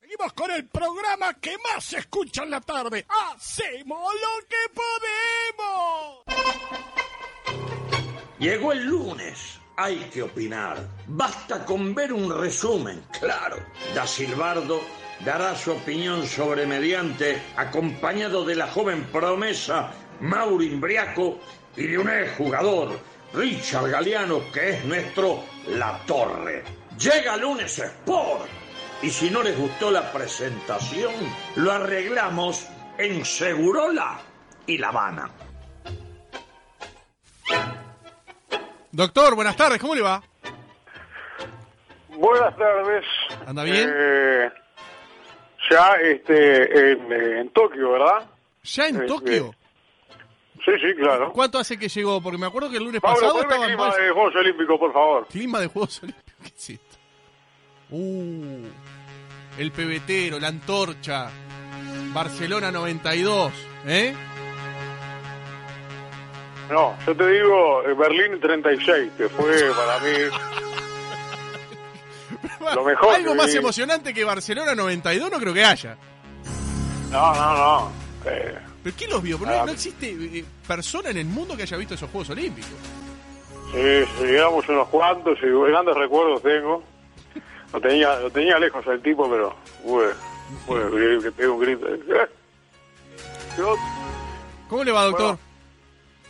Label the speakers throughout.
Speaker 1: venimos con el programa que más se escucha en la tarde. ¡Hacemos lo que podemos!
Speaker 2: Llegó el lunes. Hay que opinar. Basta con ver un resumen, claro. Da Silbardo dará su opinión sobre Mediante, acompañado de la joven promesa Mauro Imbriaco y de un exjugador, Richard Galeano, que es nuestro La Torre. Llega lunes Sport. Y si no les gustó la presentación, lo arreglamos en Segurola y La Habana.
Speaker 3: Doctor, buenas tardes, ¿cómo le va?
Speaker 4: Buenas tardes.
Speaker 3: ¿Anda bien?
Speaker 4: Eh, ya este, en, eh, en Tokio, ¿verdad?
Speaker 3: ¿Ya en
Speaker 4: eh,
Speaker 3: Tokio?
Speaker 4: Sí, sí, claro.
Speaker 3: ¿Cuánto hace que llegó? Porque me acuerdo que el lunes
Speaker 4: Pablo,
Speaker 3: pasado
Speaker 4: ponme
Speaker 3: estaba
Speaker 4: el
Speaker 3: en
Speaker 4: clima
Speaker 3: Vals-
Speaker 4: de Juegos Olímpicos, por favor.
Speaker 3: clima de Juegos Olímpicos. ¿Qué es esto? Uh, el pebetero, la antorcha. Barcelona 92, ¿eh?
Speaker 4: No, yo te digo eh, Berlín 36, que fue para mí... Lo mejor
Speaker 3: Algo
Speaker 4: que
Speaker 3: más
Speaker 4: vi.
Speaker 3: emocionante que Barcelona 92 no creo que haya.
Speaker 4: No, no, no. Eh,
Speaker 3: ¿Pero quién los vio? Porque No,
Speaker 4: Ah.
Speaker 3: no existe eh, persona en el mundo que haya visto esos Juegos Olímpicos.
Speaker 4: sí, sí, éramos unos cuantos y grandes recuerdos tengo. Lo tenía, lo tenía lejos el tipo, pero... Uy, uy, que pegó un grito. Eh, Yo-
Speaker 3: ¿Cómo le va, doctor?
Speaker 4: Bueno,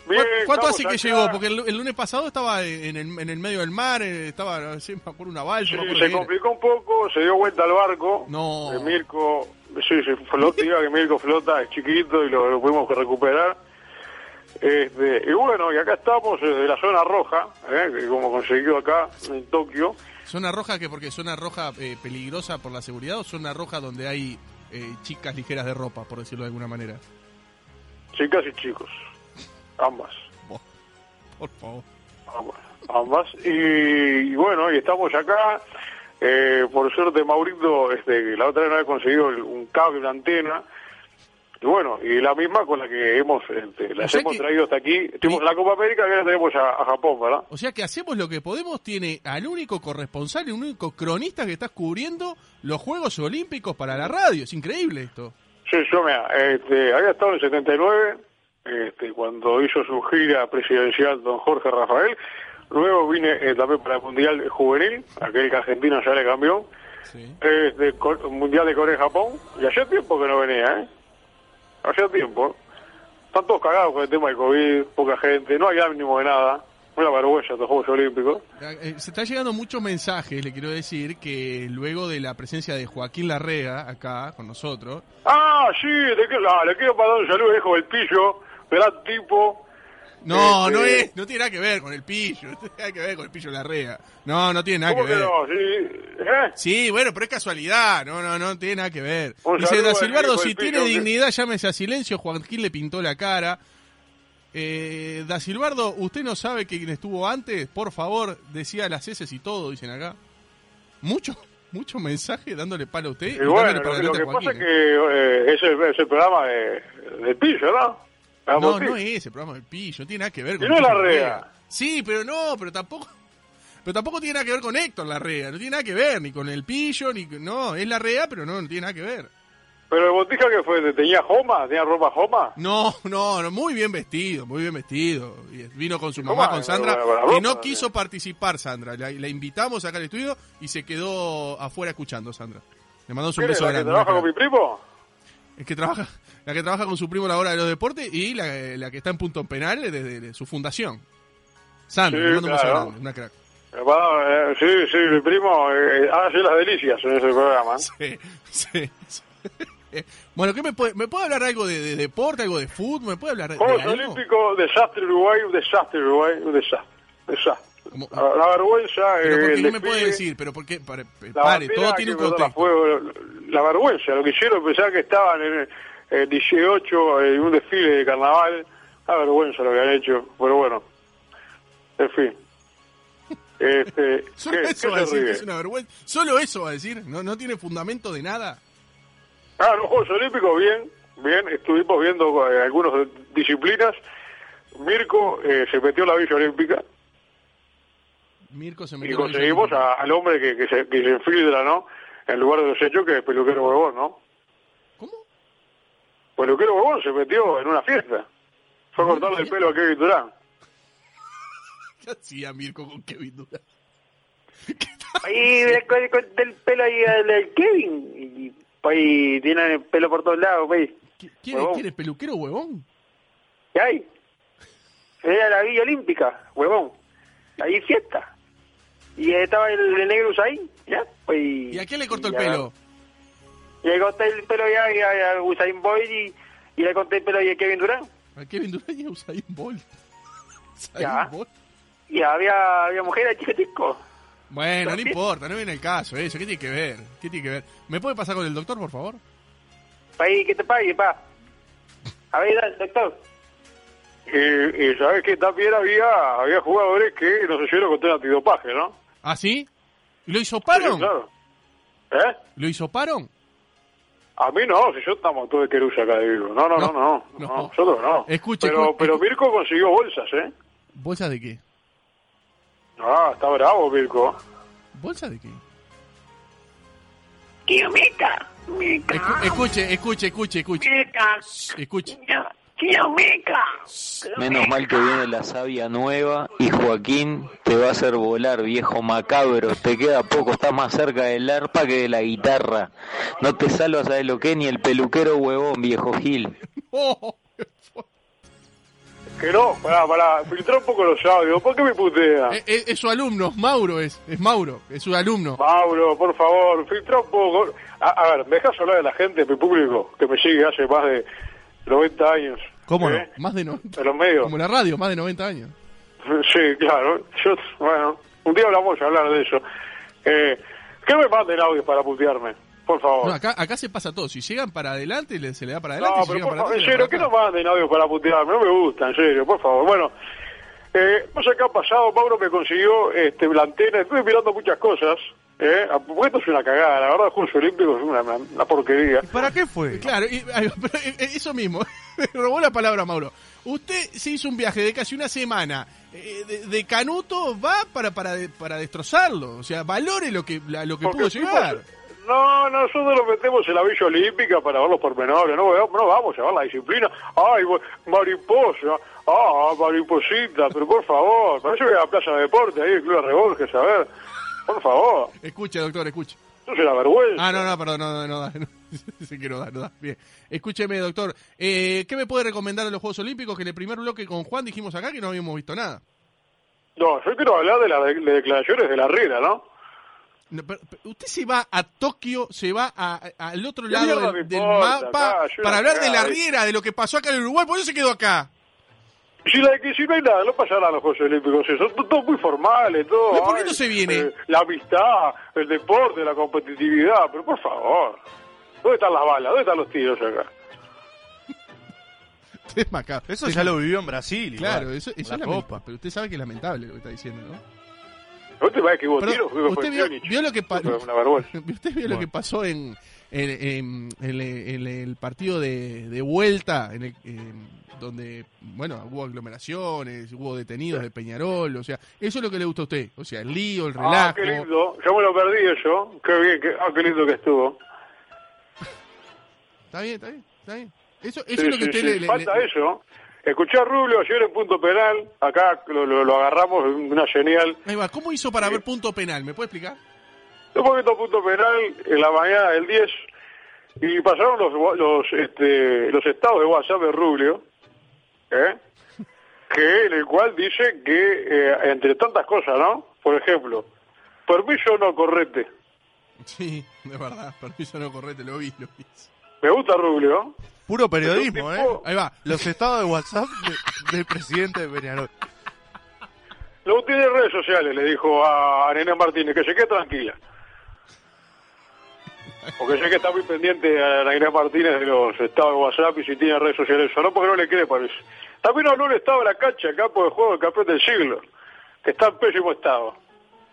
Speaker 4: bien,
Speaker 3: ¿Cuánto- ¿Cuánto
Speaker 4: estamos
Speaker 3: hace que
Speaker 4: acá.
Speaker 3: llegó? Porque el, lu- el lunes pasado estaba en el, en el medio del mar, eh, estaba sí, me acuerdo, una balsa.
Speaker 4: Sí,
Speaker 3: me acuerdo
Speaker 4: se
Speaker 3: que era.
Speaker 4: complicó un poco, se dio vuelta al barco.
Speaker 3: No.
Speaker 4: Eh, Mirko, sí, sí, flota, iba que Mirko flota, es chiquito y lo, lo pudimos recuperar. Este, y bueno, y acá estamos eh, de la zona roja, eh, que como consiguió acá en Tokio.
Speaker 3: ¿Zona roja que porque zona roja eh, peligrosa por la seguridad o zona roja donde hay eh, chicas ligeras de ropa, por decirlo de alguna manera?
Speaker 4: Chicas y chicos, ambas,
Speaker 3: Vos, por favor.
Speaker 4: ambas, ambas. Y, y bueno, y estamos acá. Eh, por suerte, Maurito, este, la otra vez no había conseguido el- un cable, una antena. Y bueno, y la misma con la que hemos, este, las
Speaker 3: O sea
Speaker 4: hemos
Speaker 3: que-
Speaker 4: traído hasta aquí. Tuvimos la Copa América que ahora tenemos a, a Japón, ¿verdad?
Speaker 3: O sea que hacemos lo que podemos, tiene al único corresponsal, el único cronista que está cubriendo los Juegos Olímpicos para la radio. Es increíble esto.
Speaker 4: Sí, yo mira, este, había estado en el 79, este, cuando hizo su gira presidencial don Jorge Rafael. Luego vine eh, también para el Mundial Juvenil, aquel que Argentina ya le cambió.
Speaker 3: Sí.
Speaker 4: Este, Cor- Mundial de Corea y Japón. Y hace tiempo que no venía, ¿eh? Hace tiempo. Están todos cagados con el tema del COVID, poca gente, no hay ánimo de nada. Una vergüenza estos Juegos Olímpicos.
Speaker 3: Eh, Se está llegando muchos mensajes, le quiero decir, que luego de la presencia de Joaquín Larrea acá con nosotros,
Speaker 4: Ah, sí, le quiero, ah, le quiero mandar un saludo, hijo del pillo, gran tipo.
Speaker 3: No,
Speaker 4: Este-
Speaker 3: no es, no tiene nada que ver con el pillo, no tiene nada que ver con el pillo Larrea. No, no tiene nada Ah, que
Speaker 4: ¿Cómo que
Speaker 3: ver.
Speaker 4: no? Sí, ¿eh?
Speaker 3: Sí, bueno, pero es casualidad, no, no, no tiene nada que ver.
Speaker 4: Un
Speaker 3: Dice
Speaker 4: saludo
Speaker 3: Da
Speaker 4: al
Speaker 3: Silvardo,
Speaker 4: hijo
Speaker 3: si
Speaker 4: del
Speaker 3: tiene
Speaker 4: pillo, que-
Speaker 3: dignidad, llámese a silencio, Joaquín le pintó la cara. Eh, da Silvardo, usted no sabe que quien estuvo antes, por favor, decía las heces y todo, dicen acá. Mucho, mucho mensaje dándole palo a usted y,
Speaker 4: Y
Speaker 3: dándole
Speaker 4: bueno, lo,
Speaker 3: para
Speaker 4: que- lo
Speaker 3: adelante
Speaker 4: que
Speaker 3: a
Speaker 4: pasa es
Speaker 3: Joaquín.
Speaker 4: que
Speaker 3: eh.
Speaker 4: eh, es, el, es el programa de, del pillo, ¿no? La
Speaker 3: No,
Speaker 4: Botín.
Speaker 3: no es ese programa del pillo, no tiene nada que ver con
Speaker 4: Y no
Speaker 3: el
Speaker 4: la
Speaker 3: pillo
Speaker 4: rea.
Speaker 3: Sí, pero no, pero tampoco. Pero tampoco tiene nada que ver con Héctor Larrea, no tiene nada que ver ni con el pillo, ni con- no, es Larrea, pero no, no tiene nada que ver.
Speaker 4: Pero el botija que fue, tenía joma, tenía ropa joma.
Speaker 3: No, no, no, muy bien vestido, muy bien vestido. Y Vino con su
Speaker 4: ¿Cómo
Speaker 3: mamá,
Speaker 4: va?
Speaker 3: con Sandra,
Speaker 4: Con la- con la
Speaker 3: que
Speaker 4: ropa,
Speaker 3: no
Speaker 4: ¿no?
Speaker 3: quiso participar Sandra, la, la invitamos acá al estudio y se quedó afuera escuchando Sandra. Le mandamos un
Speaker 4: ¿Quién es
Speaker 3: beso
Speaker 4: la que
Speaker 3: grande.
Speaker 4: trabaja
Speaker 3: una
Speaker 4: con mi primo?
Speaker 3: Es que trabaja, la que trabaja con su primo a la hora de los deportes y la, la que está en punto penal desde de su fundación. Sandra,
Speaker 4: Sí,
Speaker 3: le mando un beso
Speaker 4: claro.
Speaker 3: grande, una crack.
Speaker 4: Eh, para- eh, sí, sí, mi primo eh, hace las delicias en ese programa. ¿eh?
Speaker 3: Sí, sí, sí. Eh, Bueno, ¿qué me puede, me puede hablar algo de, de deporte, algo de fútbol? ¿Me puede hablar de, de
Speaker 4: Juegos
Speaker 3: algo?
Speaker 4: Olímpicos, desastre Uruguay, un desastre Uruguay, un desastre. desastre.
Speaker 3: Como-
Speaker 4: La, la vergüenza.
Speaker 3: Pero
Speaker 4: eh,
Speaker 3: ¿por qué
Speaker 4: el
Speaker 3: no me puede
Speaker 4: desfile,
Speaker 3: decir? Pero porque, pare,
Speaker 4: la
Speaker 3: pare,
Speaker 4: bandera
Speaker 3: todo tiene un
Speaker 4: que botó a
Speaker 3: contexto.
Speaker 4: fuego, la vergüenza, lo que hicieron, pensar que estaban en el 18 en un desfile de carnaval. La vergüenza lo que han hecho, pero bueno. En fin. Este,
Speaker 3: Solo
Speaker 4: ¿qué-
Speaker 3: eso
Speaker 4: qué
Speaker 3: va a
Speaker 4: se
Speaker 3: decir que
Speaker 4: ríe?
Speaker 3: es una vergüenza. Solo eso va a decir. No, no tiene fundamento de nada.
Speaker 4: Ah, los Juegos Olímpicos, bien, bien, estuvimos viendo eh, algunas disciplinas. Mirko eh, se metió en la Villa Olímpica
Speaker 3: Mirko se
Speaker 4: y
Speaker 3: metió. en la
Speaker 4: conseguimos
Speaker 3: billetera.
Speaker 4: a- al hombre que, que se, que se infiltra, ¿no? en lugar de los hechos que es peluquero huevón, ¿no?
Speaker 3: ¿Cómo?
Speaker 4: Peluquero huevón se metió en una fiesta. Fue a cortarle el pelo a Kevin Durán.
Speaker 3: ¿Qué hacía Mirko con Kevin Durán?
Speaker 5: Y le co- co- del pelo ahí al al Kevin. Y, pues, tiene el pelo por todos lados, pues.
Speaker 3: ¿Qui- ¿Quién, es-
Speaker 5: Huevón.
Speaker 3: quién es peluquero huevón?
Speaker 5: ¿Qué hay? Era la Villa Olímpica, huevón. Ahí fiesta. Y estaba el, el negro Usain, ¿ya? Pues,
Speaker 3: ¿Y a quién le cortó el
Speaker 5: y a-
Speaker 3: pelo?
Speaker 5: Y le corté el pelo ya y a, a Usain Boyd y, y le corté el pelo ahí a Kevin Durán.
Speaker 3: A Kevin Durán y a Usain Bolt. Usain
Speaker 5: Ya.
Speaker 3: Bolt.
Speaker 5: Y había, había mujeres chiquitico.
Speaker 3: Bueno, no importa, no viene el caso eso. ¿Qué tiene que ver? ¿Qué tiene que ver? ¿Me puede pasar con el doctor, por favor?
Speaker 5: País, que te pague, pa. A ver, dale, doctor.
Speaker 4: Y, y Eh, sabes que también había, había jugadores que no se hicieron contra el antidopaje, ¿no?
Speaker 3: ¿Ah, sí? ¿Y lo hizo
Speaker 4: Sí,
Speaker 3: Paron?
Speaker 4: claro. ¿Eh?
Speaker 3: ¿Lo hizo Paron?
Speaker 4: A mí no, si yo estamos todos de querusa acá de Vigo. No, no,
Speaker 3: No,
Speaker 4: no, no,
Speaker 3: no.
Speaker 4: no, nosotros no.
Speaker 3: Escuche,
Speaker 4: pero,
Speaker 3: escuche.
Speaker 4: pero Mirko consiguió bolsas, ¿eh?
Speaker 3: ¿Bolsa de qué?
Speaker 4: Ah, está bravo Mirko.
Speaker 3: ¿Bolsa de qué?
Speaker 5: Tío, mica, mica,
Speaker 4: Ah.
Speaker 3: Escu- escuche, escuche, escuche, escuche.
Speaker 5: mica,
Speaker 3: Escuche.
Speaker 5: tío, mica.
Speaker 6: Menos mal que viene la savia nueva y Joaquín te va a hacer volar, viejo macabro. Te queda poco, estás más cerca del arpa que de la guitarra. No te salvas a lo que ni el peluquero huevón, viejo Gil.
Speaker 3: Oh,
Speaker 4: Que no, pará, pará, filtró un poco los audios. ¿Por qué me putea?
Speaker 3: es, Eh, es- es su alumno, Mauro es. Es Mauro, es su alumno.
Speaker 4: Mauro, por favor, filtró un poco. A, a ver, ¿me dejas hablar de la gente, mi público, que me sigue hace más de 90 años? ¿eh?
Speaker 3: Más de 90.
Speaker 4: De los medios.
Speaker 3: Como la radio, más de 90 años.
Speaker 4: Sí, claro. Yo, bueno, un día hablamos a hablar de eso. Eh, ¿Qué me manden audios para putearme? Por favor.
Speaker 3: No, acá, acá se pasa todo. Si llegan para adelante, le- se le da para adelante.
Speaker 4: Oh. No,
Speaker 3: si
Speaker 4: pero
Speaker 3: llegan
Speaker 4: por
Speaker 3: para
Speaker 4: favor, en
Speaker 3: atrás, se le da
Speaker 4: serio,
Speaker 3: para
Speaker 4: ¿qué nos
Speaker 3: atrás.
Speaker 4: mandan audio para putearme? No me gusta, en serio, por favor. Bueno, eh, no sé qué ha pasado, Mauro me consiguió este, la antena, estuve mirando muchas cosas, ¿eh? porque esto es una cagada, la verdad, los Juegos Olímpicos es una, una- una porquería.
Speaker 7: ¿Para qué fue?
Speaker 3: Eh, Claro, y- ay, pero, eh, eh, eso mismo. Robó la palabra, Mauro. Usted se hizo un viaje de casi una semana. eh, De, de Canuto va para, para, de- para destrozarlo. O sea, valore lo que, la- lo que
Speaker 4: Porque
Speaker 3: pudo
Speaker 4: fuimos-
Speaker 3: llegar.
Speaker 4: No, nosotros nos metemos en la Villa Olímpica para ver los pormenores, no, no vamos a ver la disciplina. Ay, bu- mariposa, ah, mariposita, pero por favor, para eso voy a la Plaza de Deporte, ahí el Club de Reborges, a ver, por favor,
Speaker 3: Escuche, doctor, escuche.
Speaker 4: eso es una vergüenza.
Speaker 3: Ah, no, no, perdón, no, no, no da. no. Sí que no da, no da. Bien. Escúcheme, doctor. eh, ¿Qué me puede recomendar de los Juegos Olímpicos? Que en el primer bloque con Juan dijimos acá que no habíamos visto nada.
Speaker 4: No, yo quiero hablar de las de- de declaraciones de la Riera, ¿no?
Speaker 3: No, pero- pero usted se va a Tokio, se va a- a- al otro
Speaker 4: ¿Qué
Speaker 3: lado
Speaker 4: mierda
Speaker 3: del,
Speaker 4: me
Speaker 3: del
Speaker 4: importa?
Speaker 3: mapa
Speaker 4: Acá, yo
Speaker 3: para
Speaker 4: la
Speaker 3: hablar de la
Speaker 4: cagada, ¿eh?
Speaker 3: riera, de lo que pasó acá en el Uruguay. ¿Por eso se quedó acá?
Speaker 4: Si, la, que si no hay nada, no pasará a los Juegos Olímpicos, sí, son todos muy formales, todo.
Speaker 3: ¿Pero por qué
Speaker 4: ay, eh,
Speaker 3: no se viene?
Speaker 4: la amistad, el deporte, la competitividad, pero por favor, ¿dónde están las balas? ¿Dónde están los tiros acá?
Speaker 3: Es macabro.
Speaker 7: Eso
Speaker 3: Es-
Speaker 7: ya lo vivió en Brasil. igual,
Speaker 3: Claro, eso,
Speaker 7: con
Speaker 3: eso
Speaker 7: la
Speaker 3: es lamentable.
Speaker 7: copa.
Speaker 3: Pero usted sabe que es lamentable lo que está diciendo, ¿no?
Speaker 4: ¿No te parece que hubo
Speaker 3: Perdón,
Speaker 4: tiros? Creo que fue
Speaker 3: ¿Usted vio,
Speaker 4: Pjanic.
Speaker 3: vio lo que pasó?
Speaker 4: Fue una vergüenza.
Speaker 3: ¿Usted vio lo que pasó en, en, en- en- en el partido de, de vuelta? En el, en- donde, bueno, hubo aglomeraciones, hubo detenidos de Peñarol, o sea, eso es lo que le gusta a usted. O sea, el lío, el relajo.
Speaker 4: Ah, qué lindo. Yo me lo perdí eso. Qué bien, qué, ah, qué lindo que estuvo.
Speaker 3: Está bien, está bien, está bien. Eso, eso
Speaker 4: Sí,
Speaker 3: es lo que
Speaker 4: sí,
Speaker 3: usted
Speaker 4: sí.
Speaker 3: le, le-
Speaker 4: Falta
Speaker 3: le-
Speaker 4: eso. Escuché a Rubio ayer en punto penal. Acá lo, lo- lo agarramos, una genial.
Speaker 3: Ahí va, ¿cómo hizo para ver punto penal? ¿Me puede explicar?
Speaker 4: Un poquito punto penal en la mañana del 10 y pasaron los wa- los, este, los estados de WhatsApp de Rubio, ¿eh? que en el cual dice que eh, entre tantas cosas, ¿no? Por ejemplo, permiso no correte.
Speaker 3: Sí, de verdad, permiso no correte, lo vi, lo vi.
Speaker 4: Me gusta Rubio.
Speaker 7: Puro periodismo, ¿eh?
Speaker 4: tipo-
Speaker 3: Ahí va.
Speaker 7: Los estados de WhatsApp de- del presidente de Peñarol.
Speaker 4: Lo tiene en redes sociales, le dijo a Nena Martínez, que se quede tranquila. Porque sé que está muy pendiente a la Inés Martínez de los estados de WhatsApp y si tiene redes sociales o no, porque no le cree, parece. También habló el estado de la cancha, el campo de juego del campeón del siglo, que está en pésimo estado.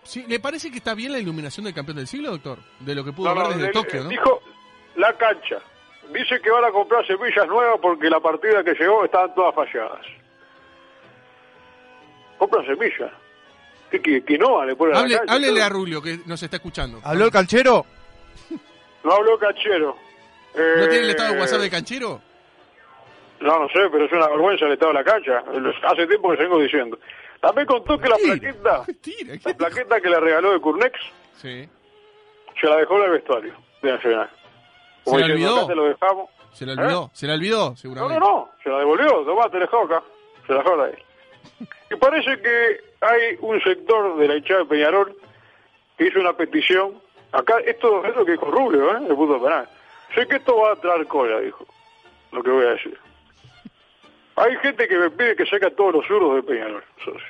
Speaker 3: Sí, ¿Le parece que está bien la iluminación del campeón del siglo, doctor? De lo que pudo ver desde
Speaker 4: él,
Speaker 3: Tokio,
Speaker 4: eh,
Speaker 3: ¿no?
Speaker 4: Dijo la cancha. Dice que van a comprar semillas nuevas porque la partida que llegó estaban todas falladas. Compran semillas. ¿Qué, qui- quinoa le ponen a
Speaker 3: Hable-
Speaker 4: la cancha?
Speaker 3: háblele
Speaker 4: todo?
Speaker 3: a Rubio, que nos está escuchando.
Speaker 7: ¿Habló el canchero?
Speaker 4: No habló cachero.
Speaker 3: ¿No
Speaker 4: Eh,
Speaker 3: tiene el estado de WhatsApp del canchero?
Speaker 4: No, no sé, pero es una vergüenza el estado de la cancha. Los- Hace tiempo que se vengo diciendo. También contó que la plaqueta,
Speaker 3: Mentira,
Speaker 4: la
Speaker 3: ¿qué?
Speaker 4: plaqueta que le regaló de Curnex,
Speaker 3: Sí.
Speaker 4: se la dejó en el vestuario de Nacional. Como
Speaker 3: ¿Se la
Speaker 4: diciendo,
Speaker 3: olvidó?
Speaker 4: acá te lo dejamos.
Speaker 3: Se la olvidó, se la olvidó,
Speaker 4: No,
Speaker 3: seguramente.
Speaker 4: ¿Eh? no, no, se la devolvió, tomá, te la dejó acá. Se la dejó a él. Y parece que hay un sector de la hinchada de Peñarol que hizo una petición. Acá, esto es lo que dijo Rubio, ¿eh? El puto penal. Sé que esto va a traer cola, dijo. Lo que voy a decir. Hay gente que me pide que saque a todos los zurdos de Peñarol, socio.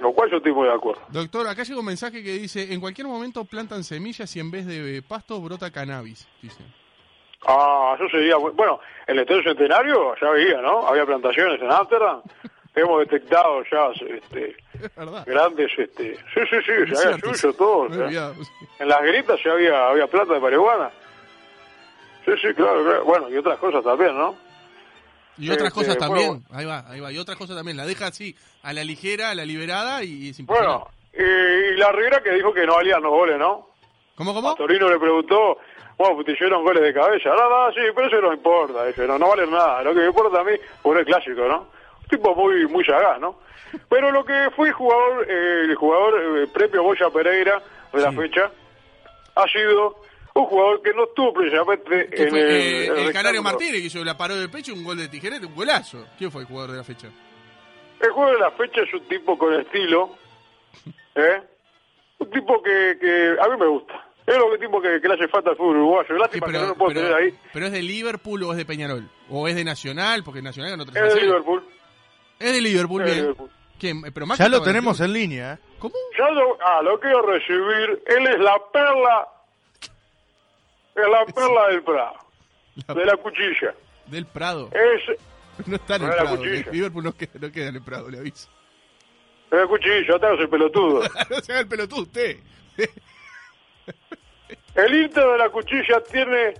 Speaker 4: Lo cual yo estoy muy de acuerdo.
Speaker 3: Doctor, acá llega un mensaje que dice, en cualquier momento plantan semillas y en vez de eh, pasto brota cannabis, dice.
Speaker 4: Ah, eso sería. bu- Bueno, en el Estadio Centenario ya veía, ¿no? Había plantaciones en Ámsterdam. Hemos detectado ya este,
Speaker 3: Es verdad.
Speaker 4: grandes, este, sí, sí, sí, se había
Speaker 3: Cierto,
Speaker 4: suyo
Speaker 3: sí. Me
Speaker 4: todo. o
Speaker 3: he
Speaker 4: sea,
Speaker 3: olvidado, sí.
Speaker 4: en las gritas ya había, había plata de marihuana. Sí, sí, claro, claro. Bueno, y otras cosas también, ¿no?
Speaker 3: Y otras
Speaker 4: Este,
Speaker 3: cosas
Speaker 4: bueno,
Speaker 3: también. Ahí va, ahí va. Y otras cosas también. La deja así, a la ligera, a la liberada y, y es imposible.
Speaker 4: Bueno, y, y la Riera que dijo que no valían los goles, ¿no?
Speaker 3: ¿Cómo, cómo?
Speaker 4: Torino le preguntó, bueno, te hicieron goles de cabeza. No, no, sí, pero eso no importa, eso no, no vale nada. Lo que me importa a mí, bueno, el clásico, ¿no? Un tipo muy, muy sagaz, ¿no? Pero lo que fue jugador, eh, el jugador eh, propio Boya Pereira de la
Speaker 3: Sí.
Speaker 4: fecha, ha sido un jugador que no estuvo precisamente
Speaker 3: ¿Qué
Speaker 4: en
Speaker 3: fue?
Speaker 4: el,
Speaker 3: Eh, el,
Speaker 4: rectángulo.
Speaker 3: Canario Martínez que hizo la paró de pecho, un gol de tijerete, un golazo. ¿Quién fue el jugador de la fecha?
Speaker 4: El juego de la fecha es un tipo con estilo, ¿eh? Un tipo que, que a mí me gusta. Es lo que tipo que, que le hace falta al fútbol uruguayo.
Speaker 3: Sí,
Speaker 4: Lástima que no
Speaker 3: pero,
Speaker 4: lo puedo
Speaker 3: pero-
Speaker 4: tener ahí.
Speaker 3: pero es de Liverpool o es de Peñarol. O es de Nacional, porque Nacional ganó 3 a
Speaker 4: Es de
Speaker 3: cero.
Speaker 4: Liverpool.
Speaker 3: Es de Liverpool,
Speaker 4: Es de
Speaker 3: bien.
Speaker 4: Liverpool.
Speaker 3: ¿Quién? Eh, Pero Max
Speaker 7: Ya lo
Speaker 3: estaba en
Speaker 7: tenemos en línea, ¿eh?
Speaker 3: Liverpool. ¿Cómo?
Speaker 4: Ya lo, ah, lo quiero recibir. Él es la perla. Es la perla del Prado.
Speaker 3: La-
Speaker 4: De la cuchilla.
Speaker 3: Del Prado.
Speaker 4: Es
Speaker 3: No está en el
Speaker 4: no era
Speaker 3: Prado.
Speaker 4: Eh, cuchilla.
Speaker 3: El Liverpool no queda, no queda en el Prado, le aviso.
Speaker 4: de la cuchilla. Atrás el pelotudo.
Speaker 3: no se haga el pelotudo usted.
Speaker 4: El Inter de la cuchilla tiene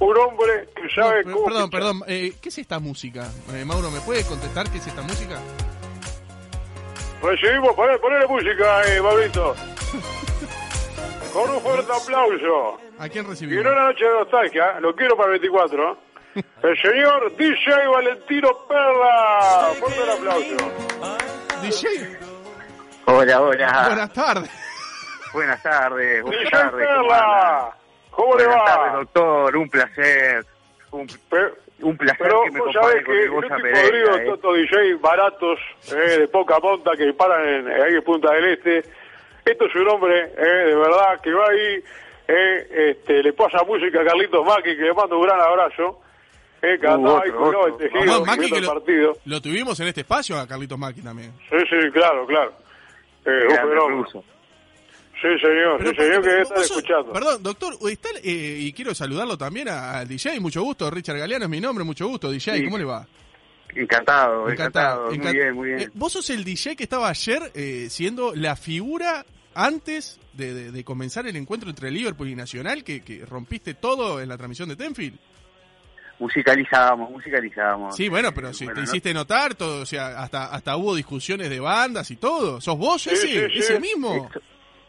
Speaker 4: un hombre que
Speaker 3: No,
Speaker 4: sabe
Speaker 3: per-
Speaker 4: cómo.
Speaker 3: perdón,
Speaker 4: fichar.
Speaker 3: perdón. eh, ¿Qué es esta música? Eh, Mauro, ¿me puede contestar qué es esta música?
Speaker 4: Recibimos, poner, ponerle música, eh, Pablito. Con un fuerte aplauso.
Speaker 3: ¿A quién
Speaker 4: Y en
Speaker 3: recibimos?
Speaker 4: una noche de nostalgia, lo quiero para el 24, ¿eh? El señor DJ Valentino Perla. Fuerte el aplauso.
Speaker 3: DJ,
Speaker 8: Hola, hola.
Speaker 3: buenas tardes.
Speaker 8: Buenas tardes.
Speaker 4: DJ
Speaker 8: Buenas tardes. ¿cómo andan?
Speaker 4: Perla. ¿Cómo le
Speaker 8: Buenas tardes,
Speaker 4: va?
Speaker 8: doctor. Un placer. Un,
Speaker 4: Pe-
Speaker 8: un placer
Speaker 4: Pero
Speaker 8: que me
Speaker 4: vos sabés
Speaker 8: compare con
Speaker 4: que
Speaker 8: el
Speaker 4: yo
Speaker 8: Boya
Speaker 4: estoy
Speaker 8: Pereira.
Speaker 4: podrido de
Speaker 8: eh.
Speaker 4: todos estos DJ baratos eh, de poca monta que paran en, ahí en Punta del Este. Esto es un hombre, eh, de verdad, que va ahí, eh, este, le pasa música a Carlitos Maki, que le mando un gran abrazo. Eh, que
Speaker 8: Uh,
Speaker 4: andaba ahí
Speaker 8: otro,
Speaker 4: colgado el
Speaker 8: otro.
Speaker 4: tejido,
Speaker 3: Vamos, Maki,
Speaker 4: viendo
Speaker 3: que
Speaker 4: el
Speaker 3: lo-
Speaker 4: partido.
Speaker 3: Lo tuvimos en este espacio a Carlitos Maki también.
Speaker 4: Sí, sí, claro, claro. Eh, un
Speaker 8: Grande
Speaker 4: fenómeno.
Speaker 8: ruso.
Speaker 4: Sí, señor, sí, señor, que debe estar
Speaker 3: vos sos-
Speaker 4: escuchando.
Speaker 3: Perdón, doctor, está, el- eh, y quiero saludarlo también a- al DJ, mucho gusto, Richard Galeano es mi nombre, mucho gusto, DJ,
Speaker 8: Sí.
Speaker 3: ¿cómo le va?
Speaker 8: Encantado, encantado.
Speaker 3: encant-
Speaker 8: Muy bien, muy
Speaker 3: Eh,
Speaker 8: bien.
Speaker 3: vos sos el DJ que estaba ayer eh, siendo la figura antes de, de- de comenzar el encuentro entre Liverpool y Nacional, que, que rompiste todo en la transmisión de Tenfield.
Speaker 8: Musicalizábamos, musicalizábamos.
Speaker 3: Sí, bueno, pero
Speaker 8: Eh,
Speaker 3: si te
Speaker 8: bueno, ¿no?
Speaker 3: hiciste notar, todo, o sea, hasta, hasta hubo discusiones de bandas y todo. ¿Sos vos
Speaker 4: Sí,
Speaker 3: ese?
Speaker 4: sí, sí.
Speaker 3: Ese mismo.
Speaker 8: Esto-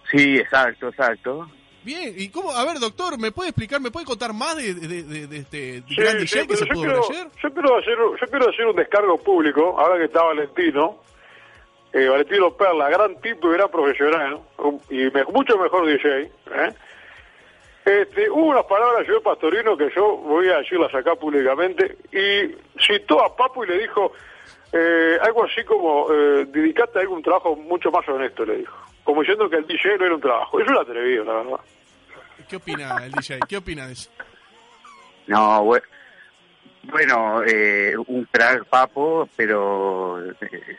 Speaker 8: Sí, exacto, exacto.
Speaker 3: Bien, ¿y cómo? A ver, doctor, ¿me puede explicar, me puede contar más de, de- de- de este
Speaker 4: Sí,
Speaker 3: gran
Speaker 4: sí,
Speaker 3: DJ que
Speaker 4: pero
Speaker 3: se
Speaker 4: yo
Speaker 3: pudo ver
Speaker 4: quiero,
Speaker 3: ayer?
Speaker 4: Yo quiero, hacer, yo quiero hacer un descargo público, ahora que está Valentino. Eh, Valentino Perla, gran tipo y gran profesional, un- y me- mucho mejor DJ. ¿eh? Este, hubo unas palabras, yo Pastorino, que yo voy a decirlas acá públicamente, y citó a Papo y le dijo eh, algo así como, eh, dedicate a algún trabajo mucho más honesto, le dijo. Como diciendo que el DJ no era un trabajo. Es un atrevido, la verdad.
Speaker 3: ¿Qué opina el DJ? ¿Qué opina de eso?
Speaker 8: No, bue- bueno, eh, un crack papo, pero eh,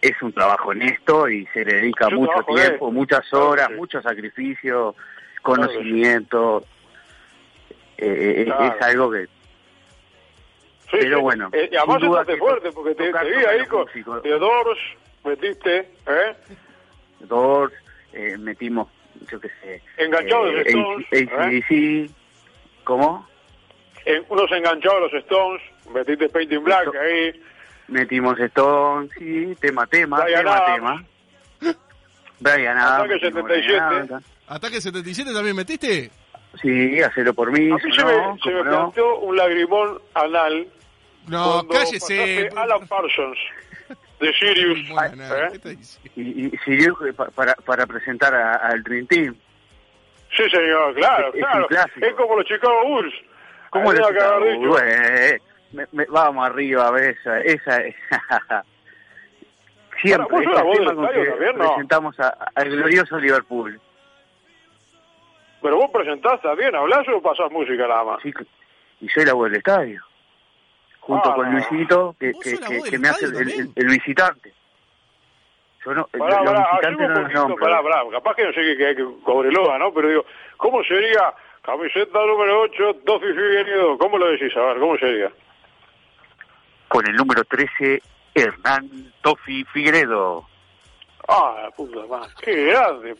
Speaker 8: es un trabajo honesto y se le dedica
Speaker 4: Es un
Speaker 8: mucho
Speaker 4: trabajo
Speaker 8: tiempo,
Speaker 4: honesto,
Speaker 8: muchas
Speaker 4: claro que
Speaker 8: horas,
Speaker 4: sí.
Speaker 8: mucho sacrificio,
Speaker 4: que sí.
Speaker 8: conocimiento. Eh, eh,
Speaker 4: Claro.
Speaker 8: Es algo que...
Speaker 4: Sí,
Speaker 8: Pero
Speaker 4: sí.
Speaker 8: bueno,
Speaker 4: Eh, y además
Speaker 8: sin duda
Speaker 4: entraste
Speaker 8: que
Speaker 4: fuerte
Speaker 8: to-
Speaker 4: porque te,
Speaker 8: tocar
Speaker 4: te vi
Speaker 8: toca
Speaker 4: ahí
Speaker 8: los
Speaker 4: con
Speaker 8: músicos.
Speaker 4: The Doors, metiste, ¿eh?
Speaker 8: Doors, eh, metimos, yo qué sé...
Speaker 4: Enganchado de
Speaker 8: eh,
Speaker 4: Stones,
Speaker 8: AC/DC, ¿Cómo?
Speaker 4: En- unos enganchados a los Stones, metiste Painting Black
Speaker 8: Eso.
Speaker 4: ahí.
Speaker 8: Metimos Stones, sí, tema, tema,
Speaker 4: Brian
Speaker 8: tema,
Speaker 4: Adams.
Speaker 8: tema. Brian Adams,
Speaker 4: Ataque
Speaker 8: metimos
Speaker 4: 77.
Speaker 8: Brian Adams.
Speaker 3: ¿Ataque 77 también metiste?
Speaker 8: Sí, hacelo por mí.
Speaker 4: A mí se
Speaker 8: ¿no?
Speaker 4: me, se me
Speaker 8: ¿Cómo no?
Speaker 4: planteó un lagrimón anal
Speaker 3: No,
Speaker 4: cuando
Speaker 3: cállese. pues,
Speaker 4: pasaste Alan Parsons de Sirius.
Speaker 3: Bueno, nada,
Speaker 4: ¿eh?
Speaker 3: ¿qué está diciendo?
Speaker 8: Y, y sirvió pa- para, para presentar a- al Dream Team.
Speaker 4: Sí, señor, claro,
Speaker 8: Es- es un
Speaker 4: claro.
Speaker 8: clásico.
Speaker 4: es como los Chicago Bulls.
Speaker 8: ¿Cómo
Speaker 4: Ahí
Speaker 8: lo
Speaker 4: tengo que haber
Speaker 8: Chicago?
Speaker 4: dicho.
Speaker 8: Bueno, eh, me- me- vamos arriba, a ver esa, esa es- Siempre,
Speaker 4: Ahora, ¿vos sos
Speaker 8: es
Speaker 4: la
Speaker 8: el
Speaker 4: voz
Speaker 8: tema
Speaker 4: del
Speaker 8: con
Speaker 4: estadio
Speaker 8: que
Speaker 4: también, no?
Speaker 8: presentamos a- al glorioso Liverpool.
Speaker 4: Pero vos presentás también, ¿hablás o pasás música nada más?
Speaker 8: Sí, y soy la voz del estadio. Junto
Speaker 4: Ah.
Speaker 8: con Luisito, que,
Speaker 3: ¿Vos
Speaker 8: que,
Speaker 3: sos la
Speaker 8: que-
Speaker 3: voz del
Speaker 8: que me hace el,
Speaker 3: estadio también?
Speaker 8: el- el visitante. Yo no,
Speaker 4: Pará, ah,
Speaker 8: los
Speaker 4: pará,
Speaker 8: visitantes
Speaker 4: hacemos
Speaker 8: no
Speaker 4: un
Speaker 8: los
Speaker 4: poquito,
Speaker 8: nombro.
Speaker 4: pará, pará, capaz que no sé qué que hay que Cobreloa, ¿no? Pero digo, ¿cómo sería camiseta número 8, dos fifi venido? ¿Cómo lo decís? A ver, ¿cómo sería?
Speaker 8: Con el número 13, Hernán Tofi Figueredo.
Speaker 4: Ah, la puta madre, qué grande,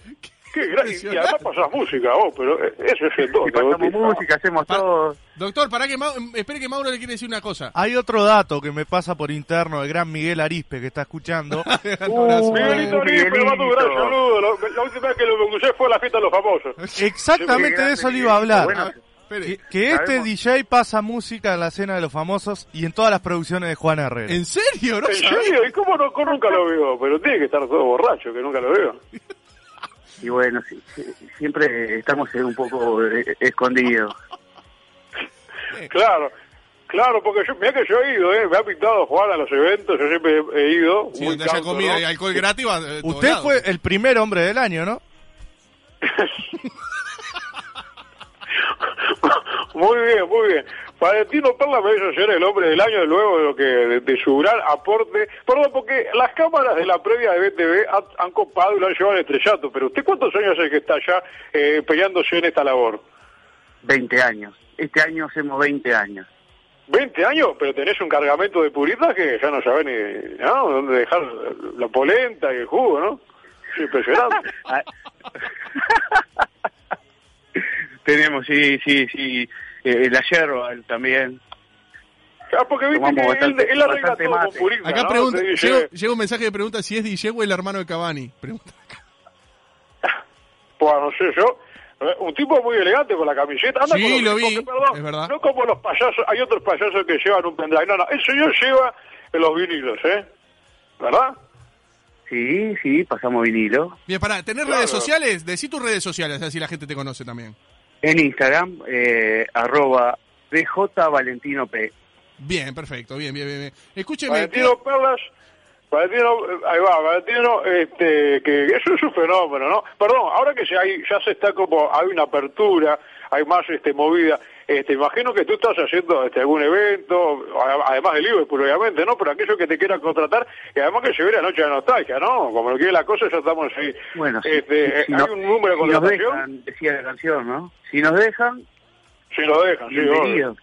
Speaker 4: qué grande. Y además pasás música vos, pero eh, eso es el don.
Speaker 8: Y pasamos
Speaker 4: Bautista.
Speaker 8: música, hacemos
Speaker 3: Pa-
Speaker 8: todo.
Speaker 3: Doctor, pará que Mau- espere que Mauro le quiere decir una cosa.
Speaker 7: Hay otro dato que me pasa por interno el gran Miguel Arispe que está escuchando.
Speaker 3: Un abrazo.
Speaker 4: Miguelito
Speaker 8: Uh,
Speaker 4: Libre, le mando un gran
Speaker 8: Miguelito.
Speaker 4: saludo. Lo- La última vez que lo congresé fue a la fiesta de los famosos.
Speaker 7: Exactamente de eso le iba a hablar.
Speaker 8: Eh, Bueno,
Speaker 3: Espere.
Speaker 7: que, que este
Speaker 8: sabemos.
Speaker 7: DJ pasa música en la cena de los famosos y en todas las producciones de Juan Herrera.
Speaker 3: ¿En serio? No
Speaker 4: ¿En
Speaker 3: sabía.
Speaker 4: serio? ¿Y cómo no, cómo nunca lo veo? Pero tiene que estar todo borracho, que nunca lo veo.
Speaker 8: y bueno, sí, sí, siempre estamos eh, un poco eh, escondidos.
Speaker 4: Claro, claro, porque yo, mirá que yo he ido, ¿eh? Me ha pintado jugar a los eventos, yo siempre he ido.
Speaker 3: Sí,
Speaker 4: muy
Speaker 3: donde haya
Speaker 4: cauto,
Speaker 3: comida
Speaker 4: ¿no?
Speaker 3: y alcohol gratis va de todos
Speaker 7: Usted
Speaker 3: lados.
Speaker 7: fue el primer hombre del año, ¿no?
Speaker 4: Muy bien, muy bien. Valentino Perla me hizo ser el hombre del año, luego de, lo que, de, de su gran aporte. Perdón, porque las cámaras de la previa de BTV han, han copado y lo han llevado al estrellato, pero ¿usted cuántos años hace que está ya eh, peleándose en esta labor?
Speaker 8: 20 años. Este año hacemos 20 años.
Speaker 4: ¿20 años? Pero tenés un cargamento de puritas que ya no sabés ni ¿no? dónde dejar la polenta y el jugo, ¿no? Es impresionante.
Speaker 8: Ah. Tenemos, sí, sí, sí. eh, la yerba también.
Speaker 4: Ah, porque viste
Speaker 8: Tomamos
Speaker 4: que
Speaker 8: bastante-
Speaker 4: él, él arregla
Speaker 8: bastante
Speaker 4: todo con
Speaker 8: mate.
Speaker 4: purita,
Speaker 3: Acá
Speaker 4: ¿no?
Speaker 3: pregunta,
Speaker 4: Te dice,
Speaker 3: llega, llega un mensaje que pregunta si es DJ o el hermano de Cavani. Pregunta.
Speaker 4: Pues no sé yo. eh, Un tipo muy elegante con la camiseta. Anda
Speaker 3: Sí,
Speaker 4: con los
Speaker 3: lo
Speaker 4: brincos,
Speaker 3: vi,
Speaker 4: que, perdón,
Speaker 3: es verdad.
Speaker 4: No como los payasos. Hay otros payasos que llevan un pendrive. No, no. El señor lleva los vinilos, ¿eh? ¿Verdad?
Speaker 8: Sí, sí, pasamos vinilo.
Speaker 3: Bien, pará, ¿tenés
Speaker 4: Claro.
Speaker 3: redes sociales? Decí tus redes sociales, así la gente te conoce también.
Speaker 8: En Instagram, eh, arroba BJ Valentino P.
Speaker 3: Bien, perfecto, bien, bien, bien. bien. Escúcheme.
Speaker 4: Valentino Perlas. Valentino, eh, ahí va, Valentino, este, que eso es un fenómeno, ¿no? Perdón, ahora que ya, hay, ya se está como, hay una apertura, hay más este, movida, este, imagino que tú estás haciendo este, algún evento, a- además de Liverpool, obviamente, ¿no? Pero aquellos que te quieran contratar, y además que se ve la noche de nostalgia, ¿no? Como lo quiere la cosa, ya estamos ahí.
Speaker 8: Bueno, sí,
Speaker 4: Este,
Speaker 8: sí,
Speaker 4: eh,
Speaker 8: no-
Speaker 4: ¿Hay un número de
Speaker 8: si nos
Speaker 4: contratación?
Speaker 8: dejan, decía la canción, ¿no? Si nos dejan,
Speaker 4: Si lo dejan, sí, obvio.
Speaker 8: bienvenidos.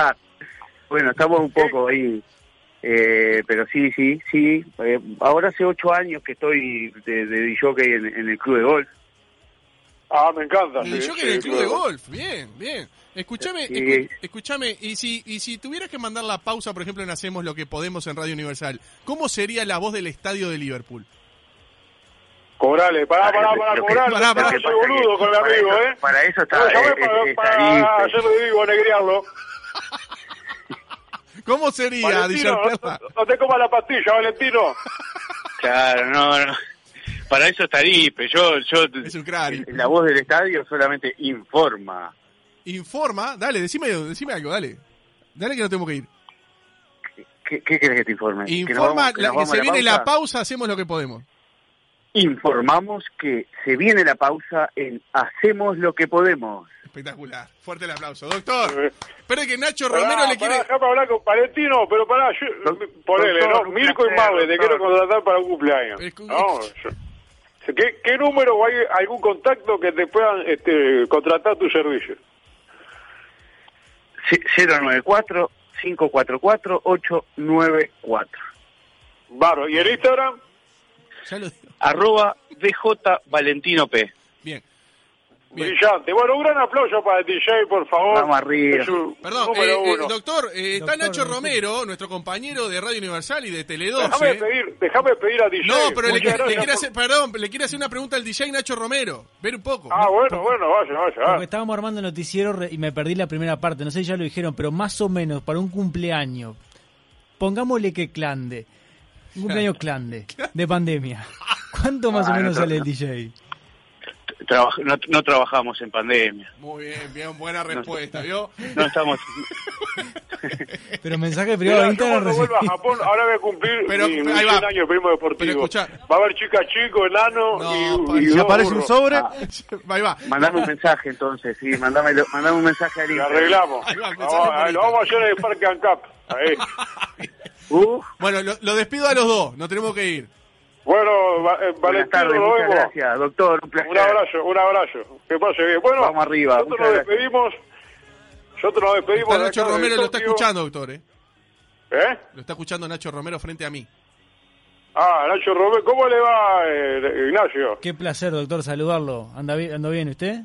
Speaker 8: bueno, estamos un poco ahí. Eh, pero sí, sí, sí. Eh, ahora hace ocho años que estoy de, de jockey en, en el club de golf.
Speaker 4: Ah, me encanta.
Speaker 3: Y
Speaker 4: sí,
Speaker 3: yo que
Speaker 4: sí,
Speaker 3: en el club de
Speaker 4: claro.
Speaker 3: golf, bien, bien. Escúchame,
Speaker 8: Sí.
Speaker 3: escu- escúchame, y si, y si tuvieras que mandar la pausa, por ejemplo, en Hacemos lo que podemos en Radio Universal, ¿cómo sería la voz del estadio de Liverpool?
Speaker 4: Cobrale, pará,
Speaker 8: Ah,
Speaker 4: pará,
Speaker 8: lo-
Speaker 4: pará,
Speaker 8: lo que-
Speaker 4: cobrale.
Speaker 3: pará, pará.
Speaker 4: no
Speaker 8: lo que
Speaker 4: seas
Speaker 8: pasa
Speaker 4: boludo
Speaker 8: que
Speaker 4: con el
Speaker 8: para
Speaker 4: amigo,
Speaker 8: eso-
Speaker 4: ¿eh.
Speaker 8: Para eso está,
Speaker 4: No, llamé
Speaker 8: eh,
Speaker 4: para,
Speaker 8: eh, está
Speaker 4: para
Speaker 8: Arife.
Speaker 4: hacerle vivo, negrearlo.
Speaker 3: ¿Cómo sería, DJ
Speaker 4: Valentino, no,
Speaker 3: Perla?
Speaker 4: no- no te comas la pastilla, Valentino.
Speaker 8: Claro, no, no. Para eso está Aripe. Yo, yo,
Speaker 3: Es un cráneo.
Speaker 8: la voz del estadio solamente informa.
Speaker 3: Informa, dale, decime, decime algo, dale. Dale que no tengo que ir.
Speaker 8: ¿Qué, qué querés que te informe? ¿Que nos
Speaker 3: Informa
Speaker 8: vamos-
Speaker 3: la-
Speaker 8: nos
Speaker 3: que
Speaker 8: vamos a
Speaker 3: se viene la
Speaker 8: pausa?
Speaker 3: pausa, hacemos lo que podemos.
Speaker 8: Informamos que se viene la pausa en Hacemos lo que podemos.
Speaker 3: Espectacular. Fuerte el aplauso. Doctor,
Speaker 4: Eh.
Speaker 3: espere que Nacho
Speaker 4: Pará,
Speaker 3: Romero le quiere...
Speaker 4: Pará, dejá para hablar con Valentino, pero pará, yo,
Speaker 8: Doctor,
Speaker 4: ponele, ¿no?
Speaker 8: doctor, un
Speaker 4: Mirko y
Speaker 8: placer,
Speaker 4: Maule, te
Speaker 8: doctor.
Speaker 4: quiero contratar para un cumpleaños.
Speaker 3: Pero es que-
Speaker 4: No, yo- ¿Qué, ¿Qué número o hay algún contacto que te puedan este, contratar tu servicio?
Speaker 8: C- 094-544-894.
Speaker 4: Baro, ¿y en Instagram?
Speaker 3: Ya lo digo.
Speaker 8: Arroba DJ Valentino P.
Speaker 3: Bien.
Speaker 4: Brillante. Bueno, un gran aplauso para el DJ, por favor.
Speaker 8: Vamos arriba.
Speaker 4: Es un
Speaker 3: Perdón,
Speaker 4: número
Speaker 3: eh, eh,
Speaker 4: uno.
Speaker 3: doctor, eh, está
Speaker 9: Doctor,
Speaker 3: Nacho
Speaker 9: no sé.
Speaker 3: Romero, nuestro compañero de Radio Universal y de Tele 12.
Speaker 4: Déjame pedir, déjame pedir a DJ.
Speaker 3: No, pero le,
Speaker 4: Muchas
Speaker 3: quiere- le
Speaker 4: gracias
Speaker 3: quiere
Speaker 4: por-
Speaker 3: hacer, perdón, le quiere hacer una pregunta al DJ Nacho Romero. Ver un poco.
Speaker 4: Ah, bueno, bueno, vaya, vaya.
Speaker 9: Porque
Speaker 4: vaya.
Speaker 9: estábamos armando el noticiero re- y me perdí la primera parte. No sé si ya lo dijeron, pero más o menos para un cumpleaños. Pongámosle que clande. Un cumpleaños clande de pandemia. ¿Cuánto más o
Speaker 8: Ah,
Speaker 9: menos
Speaker 8: no,
Speaker 9: sale
Speaker 8: no.
Speaker 9: el DJ?
Speaker 8: Trabaj- no, no trabajamos en pandemia.
Speaker 3: Muy bien, bien, buena respuesta, ¿vio?
Speaker 8: No estamos.
Speaker 9: Pero mensaje
Speaker 4: Mira,
Speaker 9: privado de
Speaker 4: yo
Speaker 9: Instagram
Speaker 4: cuando vuelva a
Speaker 9: recibí.
Speaker 4: Japón, ahora voy a cumplir
Speaker 3: Pero,
Speaker 4: mi, mi
Speaker 3: ahí va.
Speaker 4: 100 años de primo
Speaker 3: Pero
Speaker 4: deportivo.
Speaker 3: escuchá.
Speaker 4: Va a haber chica chico, enano
Speaker 3: No, pa-
Speaker 4: y,
Speaker 7: Si
Speaker 4: y dos
Speaker 7: aparece un
Speaker 4: burros.
Speaker 7: sobre,
Speaker 3: Ahí va.
Speaker 8: Mandame un mensaje entonces, sí, mandame, mandame un mensaje al
Speaker 4: Y
Speaker 8: Instagram.
Speaker 4: arreglamos.
Speaker 3: Ahí va,
Speaker 4: Vamos,
Speaker 3: mensaje
Speaker 4: ahí
Speaker 3: bonito.
Speaker 4: lo vamos a hacer en el Parque Ancap. Ahí.
Speaker 8: Uh,
Speaker 3: Bueno, lo, lo despido a los dos, nos tenemos que ir.
Speaker 4: Bueno, va- eh,
Speaker 8: buenas
Speaker 4: Valentino,
Speaker 8: tardes,
Speaker 4: nos
Speaker 8: muchas
Speaker 4: vemos.
Speaker 8: gracias, doctor. Un placer.
Speaker 4: Un abrazo, un abrazo. Que pase bien. Bueno,
Speaker 8: Vamos arriba,
Speaker 4: nosotros nos
Speaker 8: muchas gracias.
Speaker 4: despedimos. Nosotros nos despedimos.
Speaker 3: Está
Speaker 4: de
Speaker 3: Nacho
Speaker 4: acá del
Speaker 3: Romero, lo está
Speaker 4: Tokio.
Speaker 3: escuchando, doctor, ¿eh?
Speaker 4: ¿Eh?
Speaker 3: Lo está escuchando Nacho Romero frente a mí.
Speaker 4: Ah, Nacho Romero, ¿cómo le va, eh, Ignacio?
Speaker 9: Qué placer, doctor, saludarlo. ¿Anda bien, ¿Ando bien usted?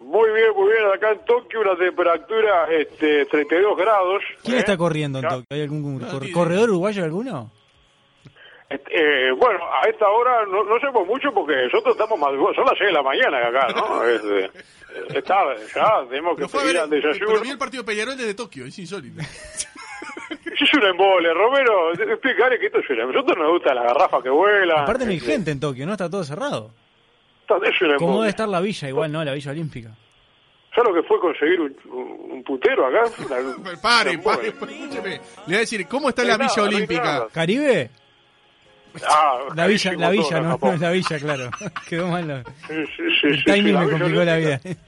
Speaker 4: Muy bien, muy bien. Acá en Tokio una temperatura este, 32 grados.
Speaker 9: ¿Quién
Speaker 4: ¿eh?
Speaker 9: está corriendo en
Speaker 4: Ya.
Speaker 9: Tokio? ¿Hay algún
Speaker 3: No,
Speaker 9: cor-
Speaker 3: ni-
Speaker 9: corredor uruguayo alguno?
Speaker 4: Este, eh, bueno, a esta hora no, no hacemos mucho porque nosotros estamos madrugados. Son las 6 de la mañana acá, ¿no? Es, eh, es tarde, ya tenemos que
Speaker 3: Pero fue a
Speaker 4: pedir
Speaker 3: ver,
Speaker 4: al
Speaker 3: pero vi el
Speaker 4: desayuno.
Speaker 3: partido Peñarol desde Tokio, es insólito.
Speaker 4: Es un embole, Romero. Explicaré que esto es un embole. Nosotros nos gusta la garrafa que vuela.
Speaker 9: Aparte no hay gente en Tokio, ¿no? Está todo cerrado.
Speaker 4: Esto Es un
Speaker 9: ¿Cómo debe
Speaker 4: embole.
Speaker 9: estar la villa igual, no? La villa olímpica.
Speaker 4: ¿Sabes lo que fue conseguir un, un- un putero acá? Una-
Speaker 3: Pare,
Speaker 4: un
Speaker 3: pare,
Speaker 4: embole.
Speaker 3: pare, escúcheme. Le voy a decir, ¿cómo está la
Speaker 4: No hay
Speaker 3: Villa
Speaker 4: nada, no hay nada.
Speaker 3: Olímpica?
Speaker 9: ¿Caribe?
Speaker 4: Ah,
Speaker 9: La villa,
Speaker 4: carísimo
Speaker 9: la
Speaker 4: todo,
Speaker 9: villa, no,
Speaker 4: Japón.
Speaker 9: no es la villa, claro. Quedó mal. la-
Speaker 4: Sí, sí, sí,
Speaker 9: El
Speaker 4: sí, sí,
Speaker 9: timing me
Speaker 4: Villa
Speaker 9: complicó la vida. ¿eh?
Speaker 4: Olímpica.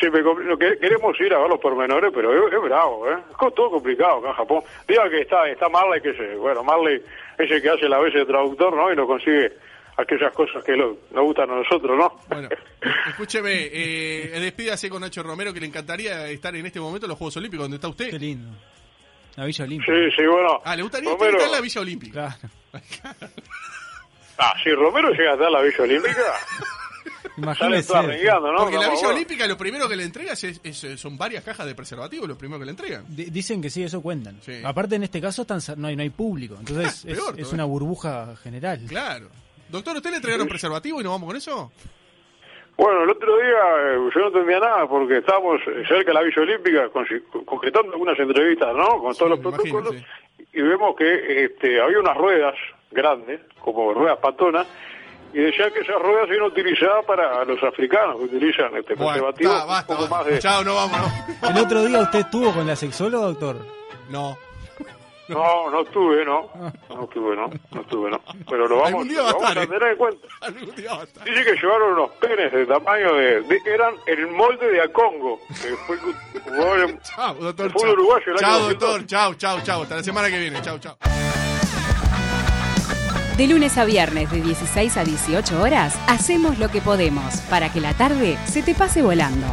Speaker 4: Sí, me compl- no, que- queremos ir a ver los pormenores, pero es, es bravo, ¿eh? Es co- todo complicado acá en Japón. Diga que está, está Marley, que se, bueno, Marley es el que hace la vez de traductor, ¿no? Y nos consigue aquellas cosas que lo- nos gustan a nosotros, ¿no?
Speaker 3: Bueno, escúcheme, eh, despídase con Nacho Romero, que le encantaría estar en este momento en los Juegos Olímpicos, donde está
Speaker 9: Qué
Speaker 3: usted.
Speaker 9: lindo. La villa olímpica.
Speaker 4: Sí, sí, bueno.
Speaker 3: Ah, le gustaría estar
Speaker 4: Romero,
Speaker 3: en la Villa Olímpica.
Speaker 9: Claro.
Speaker 4: Ah, si Romero llega a estar en la Villa Olímpica, sale
Speaker 9: Imagínese.
Speaker 4: todo arreglando, ¿no?
Speaker 3: Porque la
Speaker 4: Vamos,
Speaker 3: Villa
Speaker 4: bueno.
Speaker 3: Olímpica lo primero que le entregas es- es- son varias cajas de preservativos, lo primero que le entregan.
Speaker 9: Di- Dicen que sí, eso cuentan.
Speaker 3: Sí.
Speaker 9: Aparte, en este caso están, cer- no, hay, no hay público. Entonces, es,
Speaker 3: Peor
Speaker 9: es
Speaker 3: todavía.
Speaker 9: una burbuja general.
Speaker 3: Claro. Doctor, ¿usted le entregaron preservativo y nos vamos con eso?
Speaker 4: Bueno, el otro día eh, yo no entendía nada porque estábamos eh, cerca de la Villa Olímpica con- concretando algunas entrevistas, ¿no? Con todos los
Speaker 3: me imagino,
Speaker 4: protocolos. Y vemos que este, había unas ruedas grandes, como ruedas patonas, y decían que esas ruedas eran utilizadas para los africanos que utilizan este
Speaker 3: Bueno,
Speaker 4: preservativo.
Speaker 3: está, basta,
Speaker 4: un poco
Speaker 3: basta.
Speaker 4: más de-
Speaker 3: Chao, no vamos. no.
Speaker 9: El otro día usted estuvo con la sexóloga, doctor.
Speaker 3: No.
Speaker 4: No, no estuve, no. No estuve, no. No estuve, no. Pero lo
Speaker 3: Algún
Speaker 4: vamos,
Speaker 3: día va a
Speaker 4: lo vamos
Speaker 3: estar,
Speaker 4: a
Speaker 3: ¿eh?
Speaker 4: tener en cuenta.
Speaker 3: Algún día va a estar.
Speaker 4: Dice que llevaron unos penes de tamaño de, de- eran el molde de Acongo, que fue el jugador en-
Speaker 3: Chao, doctor.
Speaker 4: El fútbol
Speaker 3: chao.
Speaker 4: uruguayo, el año
Speaker 3: Chao,
Speaker 4: 200.
Speaker 3: doctor. Chao, chao, chao. Hasta la semana que viene. Chao, chao.
Speaker 10: De lunes a viernes de 16 a 18 horas, hacemos lo que podemos para que la tarde se te pase volando.